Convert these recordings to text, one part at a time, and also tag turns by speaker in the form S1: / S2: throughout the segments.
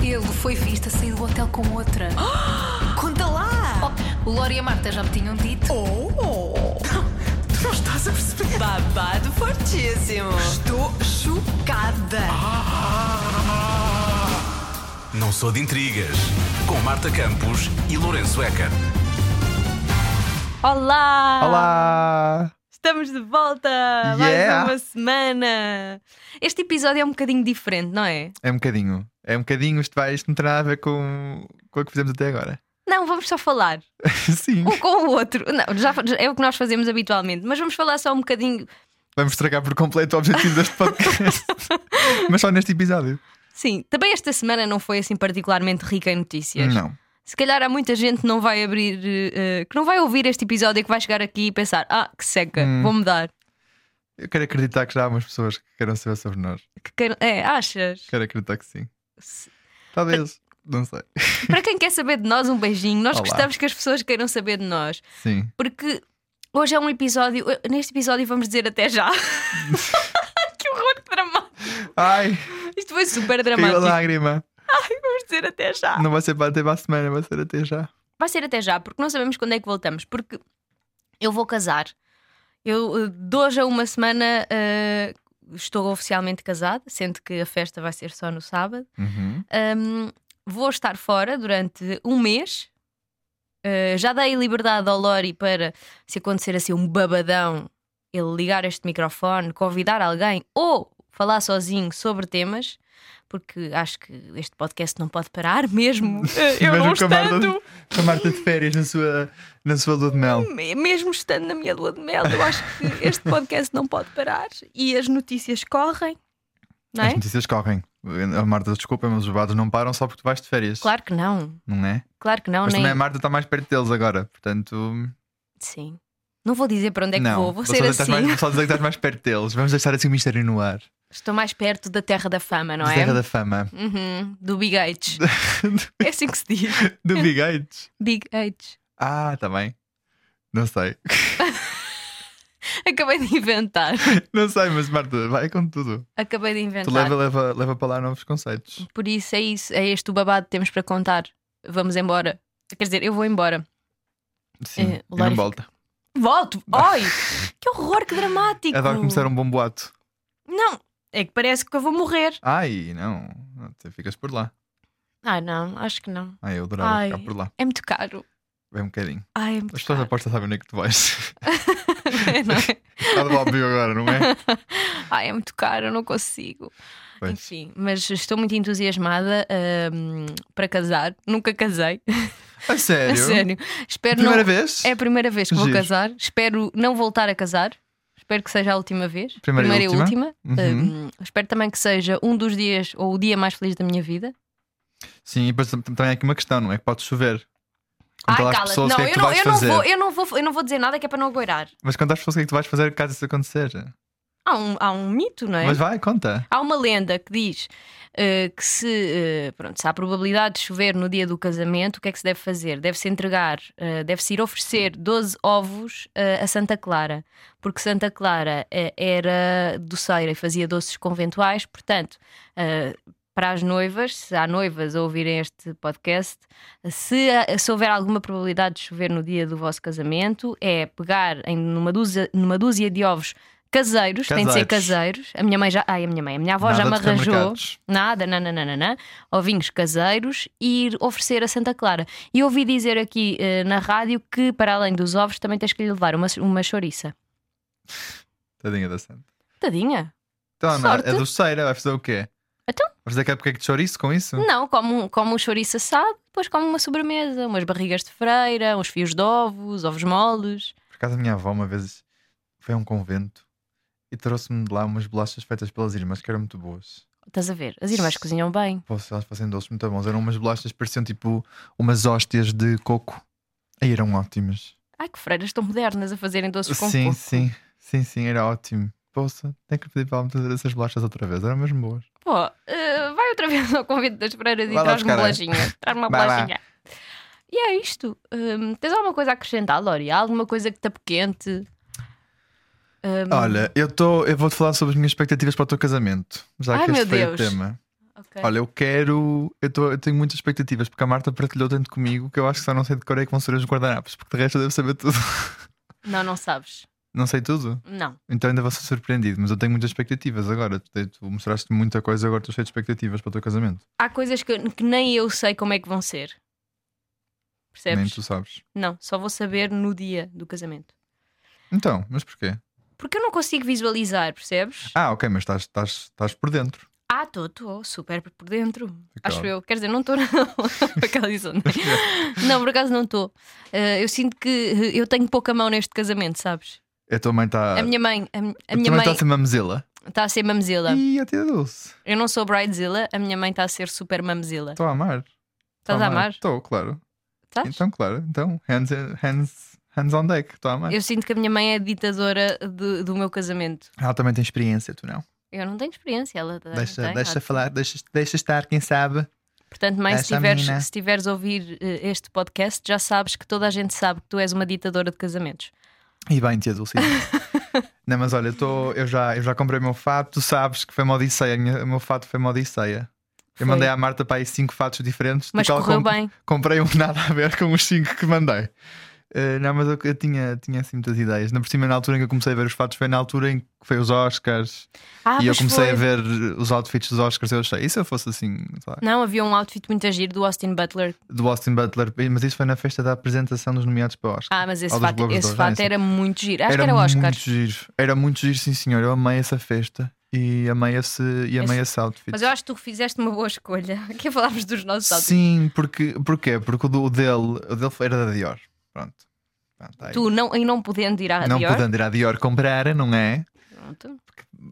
S1: Ele foi visto a sair do hotel com outra.
S2: Conta lá!
S1: Oh, o Lori e a Marta já me tinham dito.
S2: Oh!
S3: Tu não estás a perceber?
S2: Babado fortíssimo!
S3: Estou chocada.
S4: Não sou de intrigas. Com Marta Campos e Lourenço Eker.
S5: Olá!
S6: Olá!
S5: Estamos de volta!
S6: Yeah!
S5: Mais uma semana! Este episódio é um bocadinho diferente, não é?
S6: É um bocadinho. É um bocadinho, isto, vai, isto não tem nada a ver com, com o que fizemos até agora.
S5: Não, vamos só falar
S6: Sim.
S5: um com o outro. Não, já, já é o que nós fazemos habitualmente, mas vamos falar só um bocadinho.
S6: Vamos estragar por completo o objetivo deste podcast. Mas só neste episódio.
S5: Sim, também esta semana não foi assim particularmente rica em notícias.
S6: Não.
S5: Se calhar há muita gente que não vai abrir, eh, eh, que não vai ouvir este episódio e que vai chegar aqui e pensar: ah, que seca,
S6: Hum.
S5: vou mudar.
S6: Eu quero acreditar que já há umas pessoas que queiram saber sobre nós.
S5: Que queira- É, achas?
S6: Quero acreditar que sim. Talvez. Não sei.
S5: Para quem quer saber de nós, um beijinho. Nós
S6: Olá.
S5: gostamos que as pessoas queiram saber de nós.
S6: Sim.
S5: Porque hoje é um episódio. Neste episódio vamos dizer até já. que horror que dramático.
S6: Ai,
S5: Isto foi super
S6: caiu a
S5: dramático.
S6: lágrima.
S5: Vamos dizer até já.
S6: Não vai ser para até para a semana, vai ser até já.
S5: Vai ser até já, porque não sabemos quando é que voltamos. Porque eu vou casar. Eu eh, de hoje a uma semana eh, estou oficialmente casada, sendo que a festa vai ser só no sábado.
S6: Uhum.
S5: Ahm, vou estar fora durante um mês. Uh, já dei liberdade ao Lori para, se acontecer assim um babadão, ele ligar este microfone, convidar alguém ou falar sozinho sobre temas, porque acho que este podcast não pode parar mesmo. uh, eu
S6: Mesmo
S5: não
S6: com a Marta-
S5: estando,
S6: com a Marta de férias na sua, na sua lua de mel.
S5: me- mesmo estando na minha lua de mel, eu acho que este podcast não pode parar e as notícias correm, não
S6: As
S5: é?
S6: notícias correm. A Marta, desculpa, mas os bados não param só porque tu vais de férias.
S5: Claro que não,
S6: Não é?
S5: claro que não,
S6: Mas
S5: nem.
S6: também a Marta está mais perto deles agora, portanto.
S5: Sim. Não vou dizer para onde é que
S6: não.
S5: vou, vou
S6: só
S5: ser
S6: dizer que
S5: assim.
S6: estás mais- só dizer que estás mais perto deles. Vamos deixar assim o mistério no ar.
S5: Estou mais perto da terra da fama, não
S6: De
S5: é?
S6: Terra da Fama.
S5: Uhum, do Big H. é assim que se diz.
S6: Do Big Gates.
S5: Big H.
S6: Ah, está bem. Não sei.
S5: Acabei de inventar.
S6: Não sei, mas Marta, vai com tudo.
S5: Acabei de inventar.
S6: Tu leva, leva, leva para lá novos conceitos.
S5: Por isso é isso. É este o babado que temos para contar. Vamos embora. Quer dizer, eu vou embora. É,
S6: Sim. e
S5: Lori
S6: não volta.
S5: Volto! Oi! que horror, que dramático!
S6: Adoro começar um bom boato.
S5: Não! É que parece que eu vou morrer.
S6: Ai, não. não, Tu ficas por lá.
S5: Ah, não, acho que não.
S6: Ai, eu adorava
S5: Ai.
S6: ficar por lá.
S5: É muito caro.
S6: Vem um bocadinho.
S5: Ai, é muito
S6: As pessoas
S5: caro.
S6: apostas sabem onde é que tu vais.
S5: Não é?
S6: Está de óbvio agora, não é?
S5: Ai, é muito caro, eu não consigo.
S6: Pois.
S5: Enfim, mas estou muito entusiasmada hum, para casar. Nunca casei,
S6: A sério?
S5: a sério. Espero
S6: Primeira
S5: não...
S6: vez?
S5: É a primeira vez que vou
S6: Giro.
S5: casar. Espero não voltar a casar. Espero que seja a última vez.
S6: Primeira e
S5: última.
S6: última. Uhum.
S5: Hum, espero também que seja um dos dias ou o dia mais feliz da minha vida.
S6: Sim, e depois tam- também há aqui uma questão, não é? Que pode chover. Conta lá
S5: Ai,
S6: às
S5: cala-te.
S6: pessoas o
S5: Não,
S6: que é que
S5: eu
S6: tu
S5: não-
S6: vais
S5: eu não
S6: fazer.
S5: vou- eu não vou- eu não vou dizer nada que é para não agoirar.
S6: Mas conta às pessoas o que é que tu vais fazer caso isso acontecer.
S5: Há um, há um mito, não é?
S6: Mas vai, conta.
S5: Há uma lenda que diz eh, que se, eh, pronto, se há probabilidade de chover no dia do casamento, o que é que se deve fazer? Deve-se entregar, eh, deve-se ir oferecer 12 ovos eh, a Santa Clara, porque Santa Clara eh, era doceira e fazia doces conventuais, portanto. eh, para as noivas, se há noivas a ouvirem este podcast, se, eh, se houver alguma probabilidade de chover no dia do vosso casamento, é pegar em numa dúzia, numa dúzia de ovos caseiros, tem de ser
S6: Caseiros.
S5: caseiros caseiros. A minha mãe já. Ai, a minha mãe, a minha avó
S6: Nada
S5: já me
S6: de
S5: arranjou.
S6: supermercados.
S5: Nada, nananana. Ovinhos caseiros e ir oferecer a Santa Clara. E ouvi dizer aqui eh, na rádio que, para além dos ovos, também tens que lhe levar uma, uma chouriça.
S6: Tadinha da santa.
S5: Tadinha.
S6: Então, não,
S5: Sorte.
S6: é doceira, vai fazer o quê?
S5: Então?
S6: Vai fazer cupcake de chouriço com isso?
S5: Não, como, um- como um chouriça assado, depois como uma sobremesa, umas barrigas de freira, uns fios de ovos, ovos moles.
S6: Por acaso a minha avó uma vez foi a um convento e trouxe-me de lá umas bolachas feitas pelas irmãs que eram muito boas.
S5: Estás a ver? As irmãs cozinham bem.
S6: Pô, se elas fazem doces muito bons. Eram umas bolachas que pareciam tipo umas hóstias de coco. E eram ótimas.
S5: Ai, que freiras tão modernas a fazerem doces com
S6: Sim,
S5: coco.
S6: sim, sim, sim, era ótimo. Poxa, tenho que pedir para ela me trazer essas bolachas outra vez, eram mesmo boas.
S5: Pô, eh, vai outra vez ao convite das freiras e
S6: Vai lá
S5: traz-me
S6: buscar, é?
S5: bolachinha. Traz-me uma
S6: Vai lá.
S5: bolachinha. E é isto. Hum, tens alguma coisa a acrescentar, Lori? Há Alguma coisa que te apoquente? Hum,
S6: Olha, eu, tô, eu vou-te falar sobre as minhas expectativas para o teu casamento. Já
S5: Ai,
S6: que este
S5: meu
S6: foi
S5: Deus. É.
S6: o tema.
S5: ok. Ok.
S6: Olha, eu quero. Eu, tô- eu tenho muitas expectativas porque a Marta partilhou tanto comigo que eu acho que só não sei de cor é que vão ser os guardanapos, porque de resto eu devo saber tudo.
S5: Não, não sabes.
S6: Não sei tudo?
S5: Não.
S6: Então ainda vou ser surpreendido, mas eu tenho muitas expectativas agora. Tu tu mostraste muita coisa, agora estou cheio de expectativas para o teu casamento.
S5: Há coisas que, que nem eu sei como é que vão ser.
S6: Nem
S5: Percebes?
S6: tu sabes.
S5: Não, só vou saber no dia do casamento.
S6: Então, mas porquê?
S5: Porque eu não consigo visualizar, percebes?
S6: Ah, ok, mas estás, estás, estás por dentro.
S5: Ah, estou, estou, super por dentro.
S6: Claro.
S5: Acho eu. Quer dizer, não estou, não. Por acaso disse ontem. Não, por acaso não estou. eu sinto que eh, eu tenho pouca mão neste casamento, sabes?
S6: A tua mãe tá está.
S5: A minha mãe, a, mi- a
S6: tua
S5: minha
S6: mãe
S5: mãe Tá.
S6: está a ser mamzila.
S5: está a ser mamzila.
S6: Ih, a tia Dulce.
S5: Eu não sou bridezilla, a minha mãe está a ser super mamzila.
S6: Estou a amar.
S5: Estás a amar?
S6: Estou, claro.
S5: Estás?
S6: Então, claro. Então, hands, hands, hands on deck. Estou a amar.
S5: Eu sinto que a minha mãe é a ditadora de- do meu casamento.
S6: Ela também tem experiência, tu não?
S5: Eu não tenho experiência, ela tá, ela
S6: Deixa,
S5: tem,
S6: deixa
S5: ela-
S6: falar, deixa, deixa estar, quem sabe.
S5: Portanto, mãe, se
S6: Deixa a
S5: tiveres,
S6: menina.
S5: se tiveres a ouvir eh, este podcast, já sabes que toda a gente sabe que tu és uma ditadora de casamentos.
S6: E bem, tia Dulce. não, mas olha, eu tô, eu, já, eu já comprei o meu fato, tu sabes que foi uma odisseia. a minha- o meu fato foi uma odisseia.
S5: Foi.
S6: Eu mandei à Marta para aí cinco fatos diferentes. do
S5: Mas
S6: qual
S5: correu
S6: com-
S5: bem.
S6: Comprei um nada a ver com os cinco que mandei. Eh, não, mas eu, eu tinha, tinha assim muitas ideias. Na por cima, na altura em que eu comecei a ver os fatos, foi na altura em que foi os Oscars.
S5: Ah,
S6: e eu
S5: mas
S6: comecei
S5: foi.
S6: a ver os outfits dos Oscars. Eu achei, e se eu fosse assim, sei lá,
S5: Não, havia um outfit muito agir do Austin Butler.
S6: do Austin Butler, mas isso foi na festa da apresentação dos nomeados para o Oscar.
S5: Ah, mas esse
S6: Ou dos
S5: fato,
S6: Globos de
S5: esse
S6: Ouro, já nem
S5: fato é
S6: sei.
S5: era muito giro. Acho que era o Oscar.
S6: Muito giro. Era muito giro, sim senhor. Eu amei essa festa e amei esse, e amei esse outfit.
S5: Mas eu acho que tu fizeste uma boa escolha. Quer falarmos dos nossos outfits?
S6: Sim, porque, porquê? Porque o do- o dele, o dele era da Dior. Pronto. Pronto, tá aí.
S5: Tu não, e não podendo ir à
S6: não
S5: Dior.
S6: podendo ir à Dior comprar, não é?
S5: Pronto.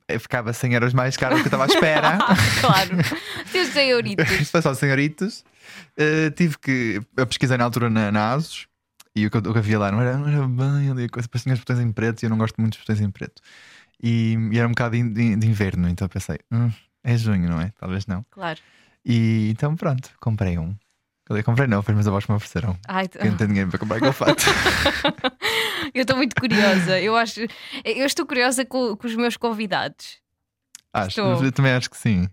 S6: Eu ficava 100 euros mais caro do que eu estava à espera.
S5: Ah, claro. Teus senhoritos.
S6: Isto foi só 100 euritos. Eh, tive que. Eu pesquisei na altura na, na ASUS e o que, eu- o que havia lá não era, não era bem ali a coisa. Depois tinha os botões em preto e eu não gosto muito dos botões em preto. E, e era um bocado de, de- de inverno, então pensei, "Hum, é junho, não é? Talvez não.
S5: Claro.
S6: E então pronto, comprei um. Quer dizer, comprei não, foi meus avós que me ofereceram.
S5: Ai,
S6: Eu não tenho dinheiro para comprar aquele fato.
S5: eu estou muito curiosa. Eu acho. Eu estou curiosa com, com os meus convidados.
S6: acho,
S5: Estou.
S6: mas eu também acho que sim.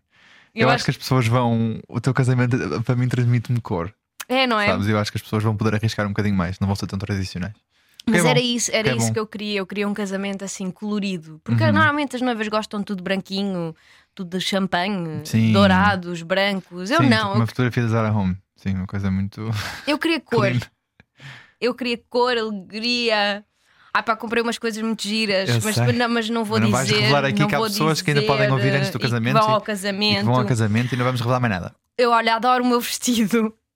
S6: Eu, acho que as pessoas vão. O teu casamento, eh, para mim, transmite-me cor.
S5: É, não é?
S6: Sabes? Eu acho que as pessoas vão poder arriscar um bocadinho mais, não vão ser tão tradicionais. O que é
S5: Mas
S6: bom.
S5: era isso, era
S6: Que é
S5: isso
S6: bom. Uhum.
S5: que eu queria. Eu queria um casamento assim colorido. Porque normalmente as noivas gostam de tudo branquinho, tudo de champanhe,
S6: Sim.
S5: dourados, brancos. Eu
S6: Sim, tipo
S5: não,
S6: Uma
S5: eu,
S6: fotografia da Zara Home. Sim, uma coisa muito.
S5: eu queria cor.
S6: clean.
S5: Eu queria cor, alegria. Ah, pá, comprei umas coisas muito giras,
S6: Eu
S5: mas
S6: sei.
S5: não, mas não vou
S6: Mas não vais
S5: dizer.
S6: revelar aqui
S5: não
S6: que há
S5: vou
S6: pessoas que ainda
S5: dizer, eh,
S6: podem ouvir antes do
S5: e que
S6: casamento
S5: vão ao
S6: e- E que Tipo, vão ao casamento e não vamos revelar mais nada.
S5: Eu, olha, adoro o meu vestido.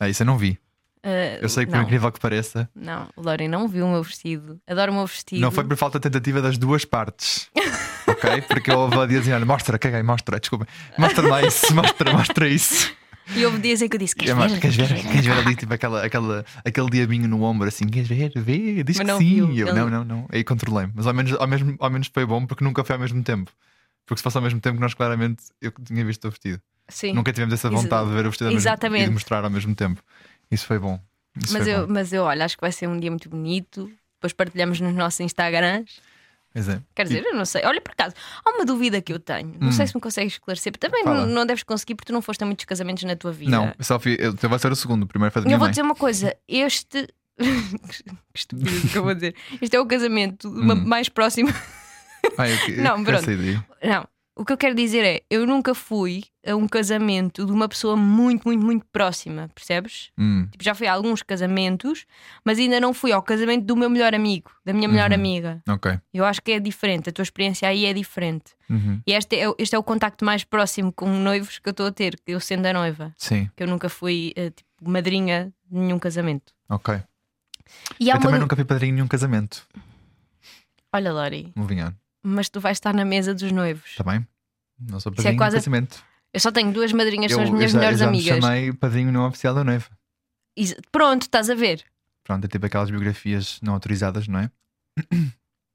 S6: Ah, isso eu não vi.
S5: Ah,
S6: Eu sei que, por
S5: não,
S6: incrível que pareça,
S5: não, o Lauren não viu o meu vestido. Adoro o meu vestido.
S6: não foi por falta de tentativa das duas partes. ok? Porque eu ouvi a dizer assim: olha, mostra, caguei, mostra, desculpa. Mostra lá isso, mostra, mostra isso.
S5: E houve dias em que eu disse:
S6: E a
S5: Queres
S6: Marta,
S5: ver?
S6: queres ver? Queres ver ali, tipo, aquela, aquela, aquele diabinho no ombro, assim, queres ver? Vê, diz
S5: Mas
S6: que
S5: não
S6: sim.
S5: viu,
S6: E eu,
S5: ele-
S6: não, não, não. Aí controlei-me. Mas ao menos, ao, mesmo, ao menos foi bom porque nunca foi ao mesmo tempo. Porque se fosse ao mesmo tempo, nós claramente, eu tinha visto o vestido.
S5: Sim.
S6: Nunca tivemos essa
S5: Exa-
S6: vontade de ver o vestido ao mesmo-
S5: Exatamente.
S6: e de mostrar ao mesmo tempo. Isso foi bom. Isso
S5: Mas
S6: foi
S5: eu,
S6: bom.
S5: mas eu, olha, acho que vai ser um dia muito bonito. Depois partilhamos nos nossos Instagrams.
S6: Pois é.
S5: Quer dizer, eu não sei. Olha, por acaso, há uma dúvida que eu tenho. Não
S6: Hum.
S5: sei se me consegues esclarecer. porque Também
S6: Fala.
S5: não, não deves conseguir porque tu não foste a muitos casamentos na tua vida.
S6: Não, eu só fui, eu, eu vai ser o segundo, o primeiro foi
S5: E
S6: da minha
S5: Eu vou
S6: mãe.
S5: dizer uma coisa. Este. que estúpido que eu vou dizer. Este é o casamento ma-
S6: Hum.
S5: mais próximo.
S6: Ah, eu, que- eu
S5: Não,
S6: que
S5: pronto.
S6: sei daí.
S5: Não. O que eu quero dizer é, eu nunca fui a um casamento de uma pessoa muito, muito, muito próxima, percebes?
S6: Hum,
S5: Tipo, já fui a alguns casamentos, mas ainda não fui ao casamento do meu melhor amigo, da minha melhor
S6: Uhum.
S5: amiga.
S6: ok.
S5: Eu acho que é diferente, a tua experiência aí é diferente.
S6: Uhum.
S5: E este é, o- este é o contacto mais próximo com noivos que eu estou a ter, que eu sendo a noiva,
S6: Sim,
S5: que eu nunca fui eh, tipo, madrinha de nenhum casamento.
S6: ok.
S5: E há
S6: eu
S5: uma.
S6: também nunca fui padrinho em nenhum casamento,
S5: Olha, Lori,
S6: no vinhano.
S5: mas tu vais estar na mesa dos noivos.
S6: Está Tá bem? Não sou
S5: Isso é
S6: padrinho
S5: quase-
S6: em casamento.
S5: Eu só tenho duas madrinhas, são as minhas
S6: já,
S5: melhores
S6: já me
S5: amigas.
S6: chamei padrinho não oficial da noiva.
S5: Is- Pronto, estás a ver.
S6: Pronto, é tipo aquelas biografias não autorizadas, não é?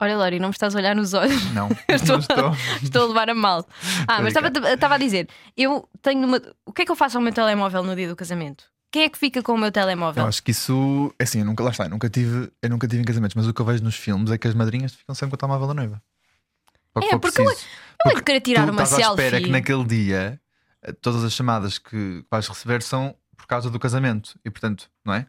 S5: Olha, Lori, não me estás a olhar nos olhos.
S6: Não,
S5: estou-
S6: não estou.
S5: Estou a levar a mal. Ah,
S6: Tô
S5: mas
S6: brincando.
S5: estava estava a dizer, eu tenho uma. O que é que eu faço ao meu telemóvel no dia do casamento? Quem é que fica com o meu telemóvel?
S6: Eu acho que isso, é assim, eu nunca, lá está, eu nunca tive, eu nunca tive em casamentos, mas o que eu vejo nos filmes é que as madrinhas ficam sempre com o telemóvel da noiva. Para o que
S5: É,
S6: for
S5: porque eu-
S6: preciso.
S5: é Eu hei de querer tirar
S6: tu
S5: uma
S6: estás à espera
S5: selfie.
S6: que naquele dia eh, todas as chamadas que vais receber são por causa do casamento e, portanto, não é?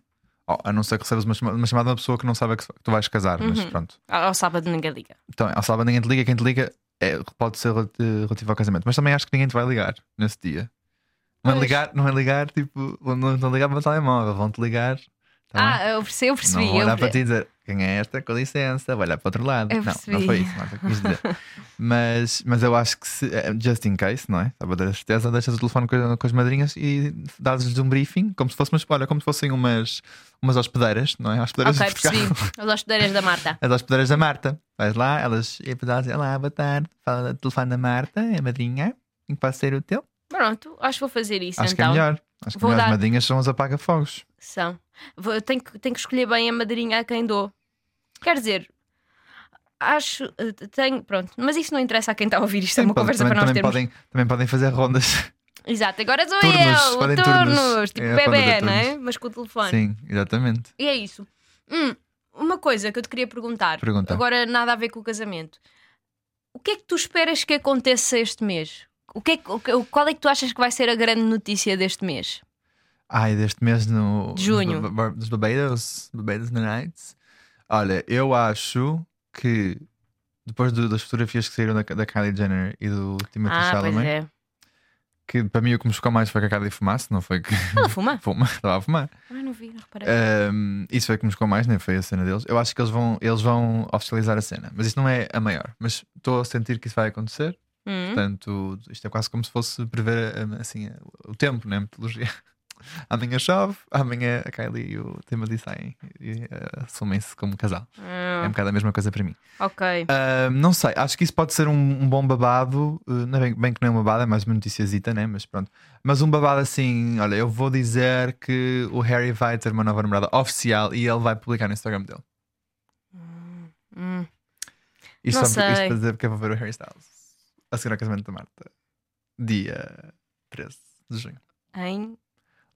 S6: Oh, a não ser que recebas uma chamada, uma chamada de uma pessoa que não sabe que que tu vais casar, mas
S5: Uhum.
S6: pronto.
S5: Ao ao sábado ninguém liga.
S6: Então, ao sábado ninguém te liga, quem te liga é- pode ser rel- eh, relativo ao casamento. Mas também acho que ninguém te vai ligar nesse dia. Não é
S5: Pois.
S6: ligar, não é ligar, tipo, não não ligar para o telemóvel, vão-te ligar. tá bem?
S5: ah, eu percebi, eu percebi.
S6: não vou
S5: eu
S6: olhar
S5: perce-
S6: para ti e dizer quem é esta, com licença, vou olhar para o outro lado.
S5: Eu
S6: não, não
S5: percebi.
S6: foi isso, Marta, quis dizer. mas, mas eu acho que se, eh, just in case, não é? Só para ter certeza, deixas o telefone com, com as madrinhas e dás-lhes um briefing, como se fosse umas, olha, como se fossem umas, umas hospedeiras, não é? Hospedeiras
S5: Ok,
S6: de Portugal.
S5: percebi. As hospedeiras da Marta.
S6: As hospedeiras da Marta. Vais lá, elas e depois elas dizem, Olá, boa tarde. Fala do telefone da Marta, é a madrinha. Em que pode ser o teu?
S5: Pronto, acho que vou fazer isso
S6: Acho que
S5: então.
S6: é melhor. Acho que
S5: Vou
S6: melhor. as
S5: dar-
S6: madrinhas são as apaga-fogos.
S5: São. Vou- eu tenho, que, tenho que escolher bem a madrinha a quem dou. Quer dizer, acho. eh, Tenho. Pronto, mas isso não interessa a quem está a ouvir. Isto é
S6: Sim,
S5: uma
S6: pode-
S5: conversa
S6: também,
S5: para nós
S6: também
S5: termos.
S6: podem, também podem fazer rondas.
S5: Exato, agora sou
S6: Turnos,
S5: eu.
S6: podem
S5: Turnos,
S6: turnos.
S5: tipo
S6: É, pode haver
S5: bebê, não
S6: turnos.
S5: é? Mas com o telefone.
S6: Sim, exatamente.
S5: E é isso. Hum, uma coisa que eu te queria perguntar.
S6: Pergunta.
S5: Agora nada a ver com o casamento. O que é que tu esperas que aconteça este mês? O que é que- o que- qual é que tu achas que vai ser a grande notícia deste mês?
S6: Ai, deste mês no.
S5: De junho.
S6: no- no- Dos Barbados. Barbados Nights. Olha, eu acho que depois do- das fotografias que saíram da, da Kylie Jenner e do Timothy
S5: ah, pois
S6: Chalamet,
S5: é.
S6: que para mim o que me chocou mais foi que a Kylie fumasse, não foi que
S5: é. Ela fuma?
S6: fuma, estava a fumar.
S5: Ah, não vi, não reparei.
S6: Um, isso foi o que me chocou mais, nem foi a cena deles. Eu acho que eles vão, eles vão oficializar a cena, mas isso não é a maior. Mas estou a sentir que isso vai acontecer.
S5: Hum.
S6: Portanto, isto é quase como se fosse prever um, assim, o tempo, né? Metodologia. Amanhã chove, amanhã a Kylie e o Timothy saem e uh, assumem-se como casal. É um
S5: Ah,
S6: bocado a mesma coisa para mim.
S5: ok.
S6: Um, não sei, acho que isso pode ser um, um bom babado. uh, não é bem, bem que não é um babado, é mais uma noticiazita, né? Mas pronto. Mas um babado assim, olha, eu vou dizer que o Harry vai ter uma nova namorada oficial e ele vai publicar no Instagram dele.
S5: Hum.
S6: Isto,
S5: Não
S6: só porque- isto
S5: sei.
S6: para dizer porque eu vou ver o Harry Styles. A seguir ao casamento da Marta. Dia 13 de junho.
S5: Em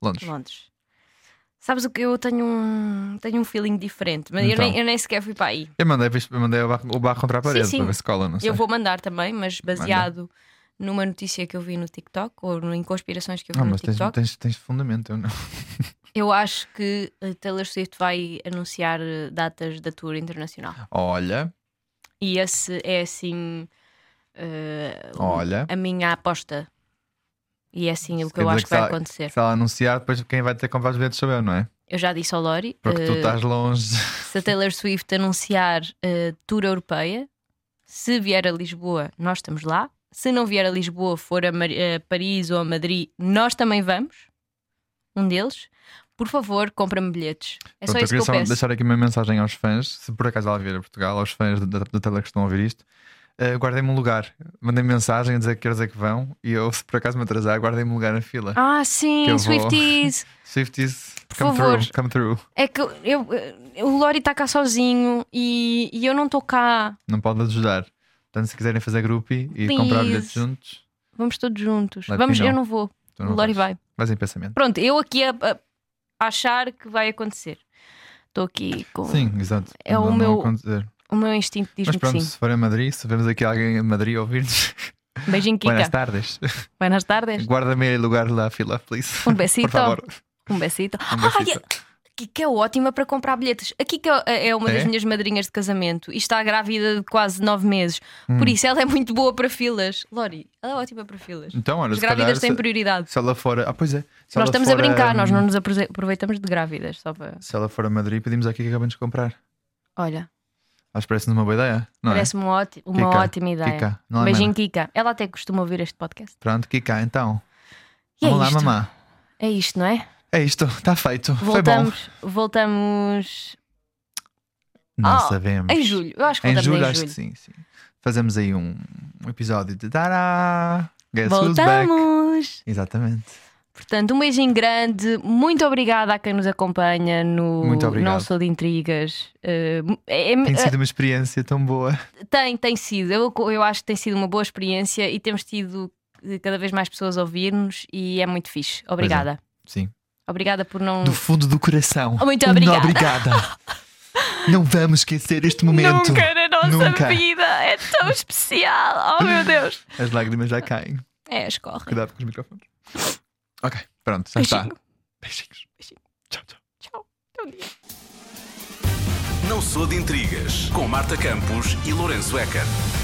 S6: Londres.
S5: Londres. Sabes o que eu tenho um, tenho um feeling diferente, mas eu,
S6: Então.
S5: nem, eu nem sequer fui para aí.
S6: Eu mandei, eu mandei o, barro, o barro contra a
S5: Sim,
S6: parede
S5: sim.
S6: para ver se cola, não sei.
S5: Eu vou mandar também, mas baseado numa notícia que eu vi no TikTok ou em conspirações que eu vi
S6: Não,
S5: no
S6: Ah, mas tens,
S5: TikTok.
S6: tens, tens fundamento, eu não.
S5: Eu acho que a Taylor Swift vai anunciar eh, datas da tour internacional.
S6: Olha,
S5: E esse é assim eh,
S6: olha.
S5: a minha aposta. E é assim o que
S6: Quer
S5: eu
S6: dizer tá-
S5: acho que vai
S6: se ela-
S5: acontecer.
S6: Se ela anunciar, depois quem vai ter que comprar os bilhetes sou eu, não é?
S5: Eu já disse ao Lori
S6: Porque tu
S5: eh,
S6: estás longe.
S5: se a Taylor Swift anunciar eh, tour europeia, se vier a Lisboa, nós estamos lá. Se não vier a Lisboa, for a, Mar- a Paris ou a Madrid, nós também vamos. Um deles. Por favor, compra-me bilhetes. É
S6: Pronto,
S5: só
S6: eu
S5: isso que
S6: queria
S5: eu
S6: só
S5: peço.
S6: deixar aqui uma mensagem aos fãs, se por acaso ela vier a Portugal, aos fãs da, da, da tela que estão a ouvir isto, eh, guardem-me um lugar. Mandem mensagem a dizer que horas é que vão e eu, se por acaso me atrasar, guardem-me um lugar na fila.
S5: Ah,
S6: Que
S5: sim,
S6: eu vou.
S5: Swifties.
S6: Swifties,
S5: Por
S6: come
S5: favor.
S6: through, come through.
S5: É que eu, eu- o Lori está cá sozinho e, e eu não estou cá.
S6: Não pode ajudar. Portanto, se quiserem fazer grupo e
S5: Please.
S6: comprar bilhetes juntos,
S5: Vamos todos juntos.
S6: Let me
S5: Vamos,
S6: know.
S5: eu não vou.
S6: tu não
S5: o Lori
S6: vais.
S5: vai.
S6: Mas em pensamento.
S5: Pronto, eu aqui a, a achar que vai acontecer. Estou aqui com
S6: Sim, exato.
S5: É o
S6: Não- não
S5: meu-
S6: acontecer.
S5: o meu instinto
S6: Mas
S5: diz-me que
S6: pronto,
S5: sim.
S6: se for a Madrid, se vemos aqui alguém em Madrid a ouvir-nos,
S5: Beijinho,
S6: buenas
S5: Kika.
S6: tardes.
S5: Buenas tardes.
S6: Guarda-me lugar lá, fila, please.
S5: Um
S6: Por
S5: besito.
S6: favor.
S5: Um besito.
S6: Um besito.
S5: Ai, a Kika é ótima para comprar bilhetes. A Kika é é uma das
S6: É?
S5: minhas madrinhas de casamento e está grávida de quase nove meses.
S6: Hum.
S5: Por isso ela é muito boa para filas. Lori, ela é ótima para filas.
S6: Então, olha,
S5: As
S6: se calhar,
S5: grávidas têm
S6: se-
S5: prioridade.
S6: Se ela for. a- Ah, pois é. Se
S5: nós
S6: ela
S5: estamos a
S6: for
S5: brincar, nós não
S6: hum,
S5: nos aprove- aproveitamos de grávidas, só para.
S6: Se ela for a Madrid, pedimos aqui que acabamos de comprar.
S5: Olha,
S6: Acho que parece-nos uma boa ideia. Não é?
S5: parece-me uma, óti- uma
S6: Kika,
S5: ótima ideia. Um
S6: Kika, não é,
S5: Beijinho,
S6: mana?
S5: Kika. Ela até costuma ouvir este podcast.
S6: Pronto, Kika, então.
S5: E é
S6: Vamos lá,
S5: isto.
S6: mamá.
S5: É isto, não é?
S6: É isto, está feito. Foi bom.
S5: Voltamos, voltamos
S6: Não
S5: Ah,
S6: sabemos.
S5: em julho. Eu acho que
S6: Em
S5: voltamos
S6: julho,
S5: em
S6: acho
S5: julho.
S6: que sim, sim. Fazemos aí um, um episódio de Dará. Guess who's back.
S5: Voltamos!
S6: Exatamente.
S5: Portanto, um beijinho grande. Muito obrigada a quem nos acompanha no
S6: Muito obrigado.
S5: Não Sou de Intrigas. Eh, é- é-
S6: Tem sido uma experiência tão boa.
S5: Tem, tem sido. Eu, eu acho que tem sido uma boa experiência e temos tido eh, cada vez mais pessoas a ouvir-nos e é muito fixe. Obrigada.
S6: Sim.
S5: Obrigada por não.
S6: Do fundo do coração.
S5: Hum. Oh, muito
S6: Uma
S5: obrigada.
S6: obrigada. não vamos esquecer este momento.
S5: Nunca na nossa
S6: Nunca.
S5: vida! É tão especial! Oh meu Deus!
S6: As lágrimas já caem.
S5: É, escorre.
S6: Cuidado com os microfones. Ok, pronto, já está. Beijinhos. Tchau, tchau.
S5: Tchau. Até um dia.
S4: Não sou de intrigas com Marta Campos e Lourenço Eker.